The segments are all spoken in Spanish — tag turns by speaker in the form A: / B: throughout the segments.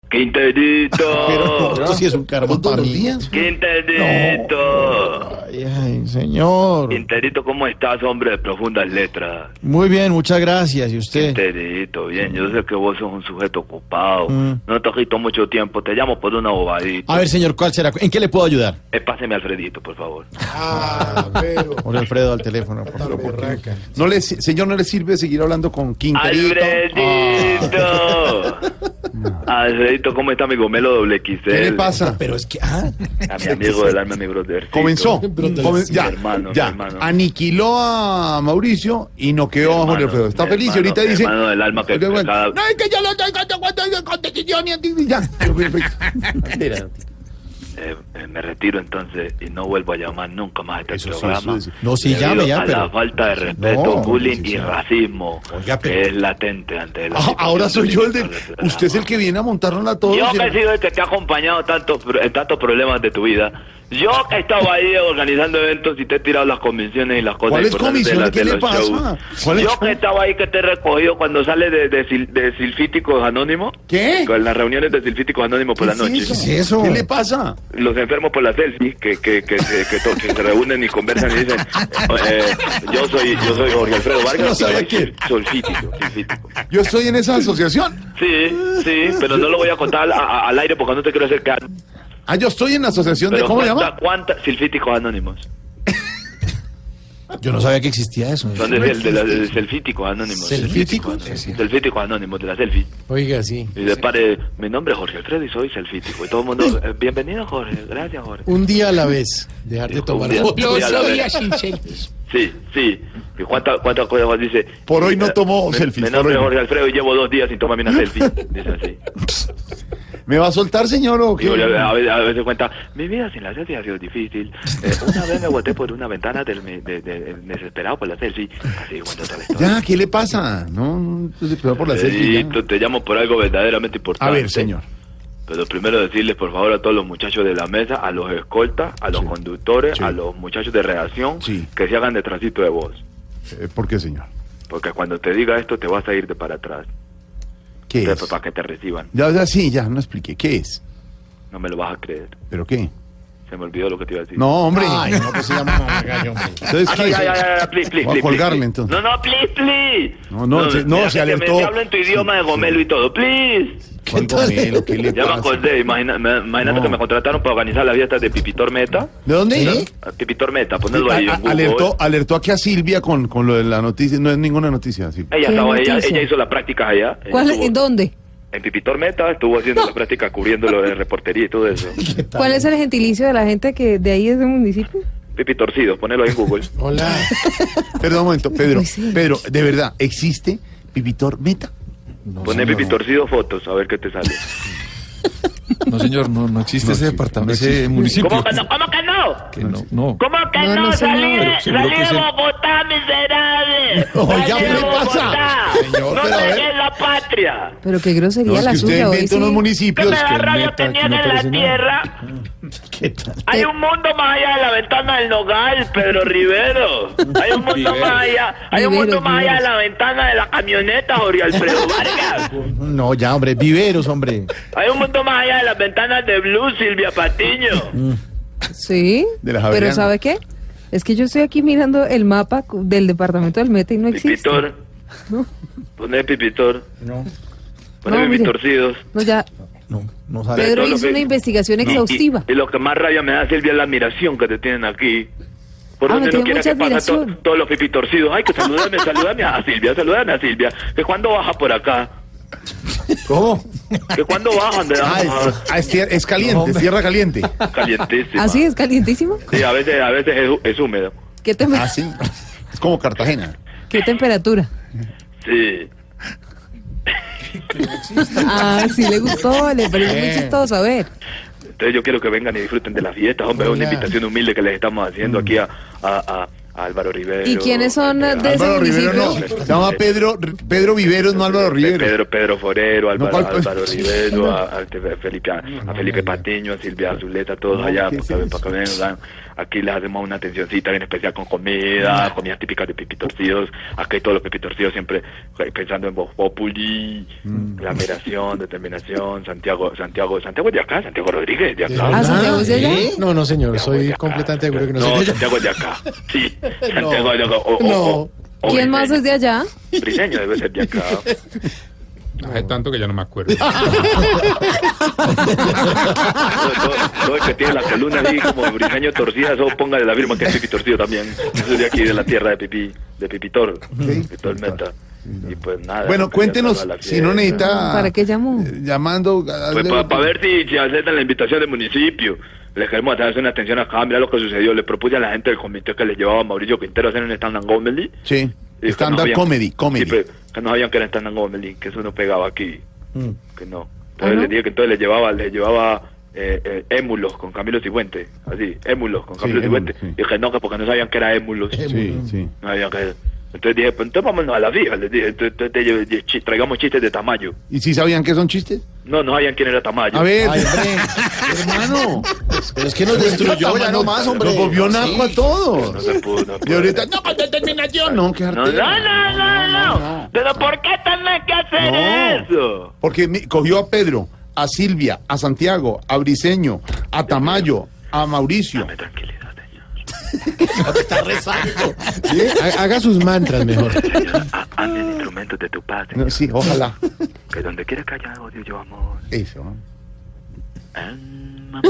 A: Quinterito.
B: Pero esto sí es un carbón
C: ¿Todos
B: para
C: los
B: mí.
C: días?
A: Quinterito.
B: Ay, ay, señor.
A: Quinterito, ¿cómo estás, hombre de profundas letras?
B: Muy bien, muchas gracias. ¿Y usted?
A: Quinterito, bien, yo sé que vos sos un sujeto ocupado.
B: Mm.
A: No te quito mucho tiempo, te llamo por una bobadita.
B: A ver, señor, ¿cuál será? ¿En qué le puedo ayudar?
A: Eh, páseme a Alfredito, por favor.
C: Ah, pero.
B: Jorge Alfredo al teléfono, por
C: tan
B: favor.
C: berraca.
D: No le, si- señor, no le sirve seguir hablando con Quinterito. Ah.
A: ¡Alfredito! Alfredito, ¿cómo está mi gomelo doble XL?
D: ¿Qué le pasa?
B: Pero es que, ah,
A: A mi amigo del alma, mi brother.
D: Comenzó.
C: Pero-
D: Comen-
A: Mi
D: ya,
A: hermano, mi
D: ya.
A: hermano.
D: Aniquiló a Mauricio y noqueó a Jorge Alfredo. Está
A: mi
D: feliz y
A: hermano,
D: ahorita
A: mi
D: dice.
A: hermano del alma que-
D: Bueno,
A: cada-
D: No, es que yo lo tengo, yo cuando yo con decisión y- Ya.
A: Eh, eh, me retiro entonces y no vuelvo a llamar nunca más a este
D: Eso sí,
A: programa.
D: eso sí.
B: No, sí,
A: Debido
B: llame ya,
A: a la
B: pero-
A: falta de respeto,
B: No,
A: bullying
B: sí,
A: y
B: sí.
A: racismo
B: Oiga,
A: que
B: pero-
A: es latente ante la
D: Ah,
A: situación
D: Ahora soy yo el del.
A: director del
D: Usted es el que viene a montarnos a todos.
A: programa. Yo que he
D: señor.
A: sido el que te ha acompañado tantos pro- en tantos problemas de tu vida. Yo que he estado ahí organizando eventos y te he tirado las comisiones y las cosas.
D: ¿Cuáles
A: importantes de
D: comisiones?
A: las-
D: ¿Qué
A: de
D: le
A: los
D: pasa?
A: shows.
D: ¿Cuáles
A: Yo que
D: shows?
A: estaba ahí que te he recogido cuando sales de, de, sil- de Silfíticos Anónimos.
D: ¿Qué?
A: Con las reuniones de Silfíticos Anónimos por la noche.
D: ¿Qué es
B: ¿Qué es eso?
D: ¿Qué le pasa?
A: los enfermos por la selfie que que que, se- que to- que se reúnen y conversan y dicen eh, yo soy yo soy Jorge Alfredo Vargas
D: No sabía
A: y soy
D: quién.
A: solfítico, solfítico.
D: Yo estoy en esa asociación.
A: sí sí pero no lo voy a contar a- a- al aire porque no te quiero acercar
D: Ah, yo estoy en la asociación de.
A: pero
D: ¿Cómo se
A: cuánta,
D: llama?
A: cuánta- silfíticos anónimos
B: yo no sabía que existía eso.
A: son desde el de la- del selfítico anónimos
B: ¿Selfítico?
A: Anónimos. selfítico anónimos de la selfie
C: Oiga, sí.
A: y de pare mi nombre es Jorge Alfredo y soy selfítico y todo el mundo eh, bienvenido Jorge gracias Jorge
C: Un día a la vez. Dejar de tomar
A: Un día-
C: fotos.
A: un día a la vez. Sí, sí. ¿Y cuánta- ¿Cuántas cosas más dice?
D: Por hoy no tomo
A: me,
D: selfies,
A: Me
D: por
A: nombre es
D: hoy no.
A: Jorge Alfredo y llevo dos días sin tomarme una selfie. Dice así.
D: ¿Me va a soltar, señor? O
A: Y
D: qué?
A: Jorge a, veces, a veces cuenta, mi vida sin la selfie ha sido difícil. Eh, una vez me boté por una ventana del, me- de- de- del desesperado por la selfie. Así cuenta toda la historia.
D: Ya, ¿qué le pasa? No, no, se pegó por la selfie. ya.
A: Pedrito, te llamo por algo verdaderamente
D: A
A: importante.
D: ver, señor.
A: Pero primero decirles, por favor, a todos los muchachos de la mesa, a los escoltas, a los
D: Sí.
A: conductores,
D: Sí.
A: a los muchachos de redacción,
D: Sí.
A: que se hagan de tránsito de voz.
D: Eh, ¿Por qué, señor?
A: Porque cuando te diga esto, te vas a ir de para atrás.
D: ¿Qué
A: Pero
D: es?
A: Para que te reciban.
D: Ya, ya, sí, ya, no expliqué. ¿Qué es?
A: No me lo vas a creer.
D: ¿Pero qué?
A: Se me olvidó lo que te iba a decir.
D: No, hombre.
B: Ay, no, pues se llama Mamá Gallo, hombre.
D: Entonces,
A: Ah,
D: ¿qué?
A: no, ya, ya, ya, ya, please, please,
D: Voy a
A: please,
D: colgarle,
A: please.
D: entonces.
A: No, no, please, please.
D: No, no, se- no,
A: mira,
D: se
A: que me-
D: alertó.
A: te hablo en tu idioma de gomelo y todo, please.
D: ¿Cuál
B: Entonces-
D: gomelo? ¿Qué le
A: Ya me
D: pasa?
A: acordé, imagina- me- imagínate
D: No.
A: que me contrataron para organizar la fiesta de Pipitor Meta.
D: ¿De dónde?
B: ¿Sí?
A: Ah, Pipitor Meta, ponelo ahí
D: A-
A: en
D: a-
A: Google.
D: alertó, alertó aquí a Silvia con, con lo de la noticia. No es ninguna noticia. Silvia.
A: Ella,
E: ¿Qué
A: estaba, ella,
E: noticia?
A: ella hizo las prácticas allá. Ella
E: ¿Cuál-
A: estuvo-
E: en ¿Dónde?
A: En Pipitor Meta estuvo haciendo las prácticas cubriendo lo de reportería y todo eso.
E: ¿Cuál es el gentilicio de la gente que de ahí es del municipio?
A: Pipitorcido, ponelo ahí en Google.
C: Hola.
D: Perdón un momento, Pedro.
E: Pues sí.
D: Pedro, de verdad, ¿existe Pipitor Meta?
C: No,
A: Pone
C: señor,
A: Pipitorcido fotos, a ver qué te sale.
F: No, señor, no, no existe ese departamento, ese municipio.
A: ¿Cómo que no? ¿Cómo que no?
F: Que no, no.
A: ¿Cómo que
E: No,
A: no?
E: no, señor.
A: salí de,
F: Pero seguro
A: salí
F: que
A: de
F: sí.
A: Bogotá, miserable.
D: Oiga,
A: Salí de
D: ¿qué le pasa?
A: Bogotá.
D: Señor,
A: no
D: pero a
A: me
D: ver.
A: en la patria.
E: Pero qué grosería
D: No, es
E: la
D: que usted
E: suya hoy.
D: inventa
E: Sí.
D: unos
A: Que
D: municipios.
A: me da
F: que
A: rabia
F: meta,
A: que
F: que no
A: niegue la
F: parece nada.
A: tierra.
B: ¿Qué tal?
A: Hay un mundo más allá de la ventana del Nogal, Pedro Rivero. Hay un mundo más allá. Hay un
E: Rivero,
A: mundo más allá de
E: Rivero.
A: la ventana de la camioneta, Jorge Alfredo Vargas.
B: No, ya, hombre, viveros, hombre.
A: Hay un mundo más allá de las ventanas de Blue, Silvia Patiño.
E: Sí.
D: De las
E: pero
D: Javerianas.
E: ¿sabe qué? Es que yo estoy aquí mirando el mapa cu- del departamento del Meta y no existe.
A: Pipitor.
E: No.
A: Poné Pipitor.
B: No,
A: Poné
E: No, mire.
A: Pipitorcidos.
E: No, ya.
B: no, no sale.
E: Pedro
A: todo lo
E: hizo
A: que-
E: una investigación
A: Y-
E: exhaustiva.
A: Y, y lo que más rabia me da, Silvia, es la admiración que te tienen aquí. Por
E: Ah,
A: donde
E: me
A: no
E: tiene
A: quiera
E: mucha
A: que pasa to-
E: admiración.
A: todos los pipitorcidos. Ay, que salúdame, salúdame a Silvia, salúdame a Silvia. Que cuando baja por acá,
D: ¿Cómo?
A: que cuando bajan de
D: Ah, es, ah, es, tier- es caliente, es tierra caliente.
A: calientísima.
E: Así es, calientísimo.
A: Sí, a veces, a veces es, es húmedo.
E: ¿Qué, tem-
D: Ah, sí. Es como Cartagena.
E: ¿Qué temperatura?
A: Sí.
E: Ah, sí le gustó, le pareció muy chistoso. A ver.
A: Entonces yo quiero que vengan y disfruten de la fiesta, hombre. Es una invitación humilde que les estamos haciendo aquí a, a, a- Álvaro Rivero.
E: Mm. ¿Y quiénes son,
A: entre-
E: eh, de ese
D: Álvaro Rivero no.
E: municipio?
D: Se llama Pedro, Pedro Viveros, no Álvaro Rivero.
A: Pedro, Pedro Forero, Álvaro,
D: ¿cuál?
A: Álvaro Rivero, a, a Felipe, a, a Felipe Patiño, a Silvia Zuleta, todos allá,
D: ¿qué
A: pues,
D: es
A: a ver, para que vengan. Aquí les hacemos una atencióncita bien especial con comida, comidas típicas de pipitorcidos. Aquí todos los pipitorcidos siempre eh, pensando en Voz Populi, la admiración, determinación, Santiago, Santiago, Santiago de acá, Santiago Rodríguez de acá.
E: Ah, Santiago
C: ¿Ah,
E: es de allá?
C: ¿eh? No, no, señor,
A: Santiago es
C: soy
A: de acá.
C: completamente seguro que no
A: No,
C: soy de allá.
A: Santiago es de acá, sí. Santiago es de acá. o- o-
C: No.
A: o- o
E: ¿Quién más
A: briseño.
E: es de allá?
A: Briseño debe ser de acá.
G: Hace tanto que ya no me acuerdo.
A: Todo, todo el que tiene la columna así como briseño torcida, eso póngale la firma que es pipi torcido también. Yo soy de aquí, de la tierra de pipí, de pipitor, pipitor meta. Y pues nada.
D: Bueno,
A: hombre,
D: cuéntenos,
A: la
D: si no
A: fiesta.
D: necesita...
E: ¿Para qué llamó?
D: eh, Llamando...
A: Pues para ver si, si aceptan la invitación del municipio. Les queremos hacer una atención acá, mira lo que sucedió. Le propuse a la gente del comité que les llevaba a Mauricio Quintero a hacer un stand-up comedy.
D: Sí,
A: Y que no
D: stand-up
A: habían-
D: comedy, comedy.
A: Sí, pero que no sabían que era stand-up comedy, que eso no pegaba aquí.
B: Mm.
A: Que no. Entonces
E: ¿Ah, no?
A: les dije que entonces les llevaba, les llevaba eh, eh, émulos con Camilo Cifuente. Así, émulos con Camilo
D: émulos,
A: Cifuente.
D: sí.
A: Y dije, no, que porque no sabían que era émulos.
D: Sí, sí.
A: No sabían que era. Entonces dije, pues entonces vámonos a la vieja. Les dije, entonces, entonces yo- yo- chi- traigamos chistes de Tamayo.
D: ¿Y si sabían que son chistes?
A: No, no sabían quién era Tamayo.
D: A ver,
B: Ay, hombre.
D: hermano.
C: Pero es que nos destruyó ya no más, hombre.
D: Nos volvió naco a
A: No
D: todos.
A: se pudo, no
D: Y
A: pudo.
D: ahorita, no, pues con determinación. No, qué
A: No, no,
D: artera.
A: no, no, no. Pero ¿por qué tenés que hacer eso?
D: Porque mi- cogió a Pedro, a Silvia, a Santiago, a Briseño, a Tamayo, a Mauricio.
A: Dame tranquilidad, señor.
C: Sí, ha- Haga sus mantras mejor.
A: Señor, ha- haz el instrumento de tu padre.
D: No, sí, ojalá.
A: Que donde quiera que haya odio, yo amor.
D: Eso.
A: Am, mamá.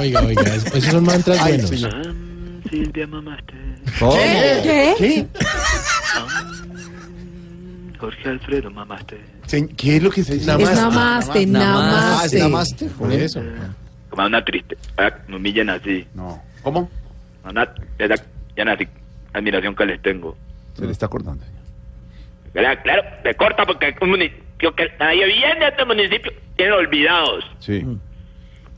C: Oiga, oiga, es- esos son mantras
D: Ay,
C: buenos.
D: señor.
A: Am, Silvia mamaste.
B: ¿Eh?
E: ¿Qué?
D: ¿Qué?
A: Am, Jorge Alfredo mamaste.
D: Se- ¿Qué es lo que se dice?
E: Es namaste,
C: Ah, es
E: namaste.
C: namaste, por eso.
A: Como una triste. ah, Me humillan así.
D: No. ¿Cómo?
A: Una, esa, ya nací. Admiración que les tengo.
D: Se le está acordando.
A: Claro, claro, se corta porque un municipio que nadie viene de este municipio tienen olvidados.
D: Sí.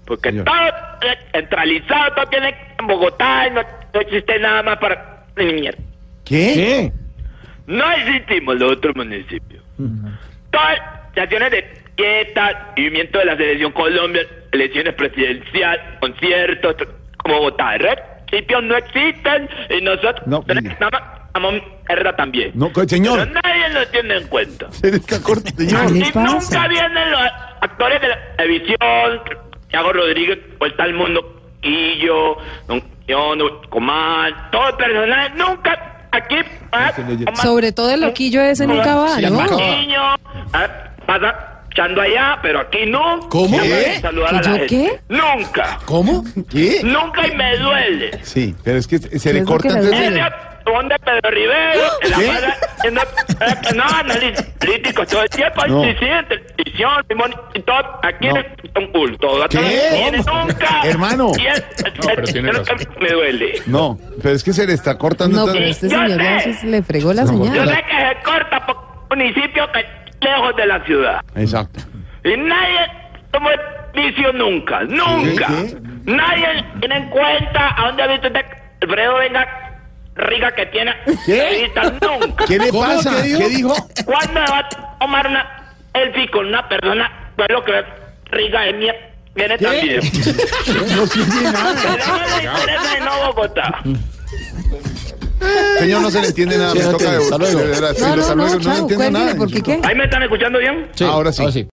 A: Porque
D: Señor.
A: todo es centralizado, todo tiene en Bogotá y no, no existe nada más para mierda.
D: ¿Qué?
B: ¿Qué?
A: No existimos los otros municipios. Todas las acciones de quieta, movimiento de la selección Colombia, elecciones presidenciales, conciertos, tr- como votar. Los municipios no existen y nosotros
D: No,
A: tenemos
D: mire.
A: nada más- amamos mierda también.
D: No, co-
A: Pero
D: señor.
A: nadie lo tiene en cuenta.
D: Se le está acordando,
E: ¿Qué
D: señor.
E: le
A: Y
E: pasa?
A: nunca vienen los actores de la televisión, Thiago Rodríguez, Vuelta al Mundo, Quillo, Don Quillo, Comán, todo el personaje, nunca aquí. ah, Comán,
E: Sobre todo el loquillo ese
A: Comán,
E: nunca va,
C: Sí,
E: ¿no?
C: nunca va.
A: Patiño, ah, pasa echando allá, pero aquí no.
C: ¿Cómo?
A: Nunca saludar a
E: ¿Que
A: la
E: yo
A: gente. Nunca,
C: ¿Cómo?
D: ¿Qué?
A: nunca y me duele.
D: Sí, pero es que se
E: Pero
D: le
E: es
D: corta
E: lo que le
D: entonces.
A: Ese son de Pedro Rivero, en la
D: ¿Qué?
A: mala, en la- eh, que no, analiz- crítico todo el tiempo,
D: No.
A: sí, sí, en televisión, Simón, y todo, aquí
D: No.
A: en el- un culto, acá
D: ¿Qué?
A: no viene
D: ¿Cómo?
A: nunca.
D: Hermano.
A: Y es-
G: pero tiene
A: es lo
G: razón.
A: que me duele.
D: No, pero es que se le está cortando
E: No, pero
D: entonces.
E: este
A: Yo
E: señor
A: sé.
E: ya se- le fregó la
A: Yo
E: señal.
A: sé que se corta por municipio que lejos de la ciudad.
D: Exacto.
A: Y nadie tomó el vicio nunca, nunca.
D: ¿Qué?
A: Nadie tiene en cuenta a dónde ha visto usted que Alfredo venga rica que tiene. entrevista Nunca.
D: ¿Qué le
C: ¿Cómo?
D: pasa?
C: ¿Qué dijo?
D: ¿Qué dijo?
A: ¿Cuándo va a tomar una selfie con una persona? Pues lo que es rica de mierda. Viene también.
D: No se oye nada.
A: Pero no le interesa en no Bogotá.
D: Señor, no se le entiende nada.
C: Sí,
D: Me
C: no
D: toca
C: entiende.
D: de-
C: Hasta luego.
D: de- de- de-
E: No,
D: hasta
E: no,
D: luego.
E: no,
D: No
E: claro,
D: entiendo nada.
E: cuélguele, porque ¿qué?
A: ¿Ahí me están escuchando bien?
D: Ahora sí.
C: Ahora sí.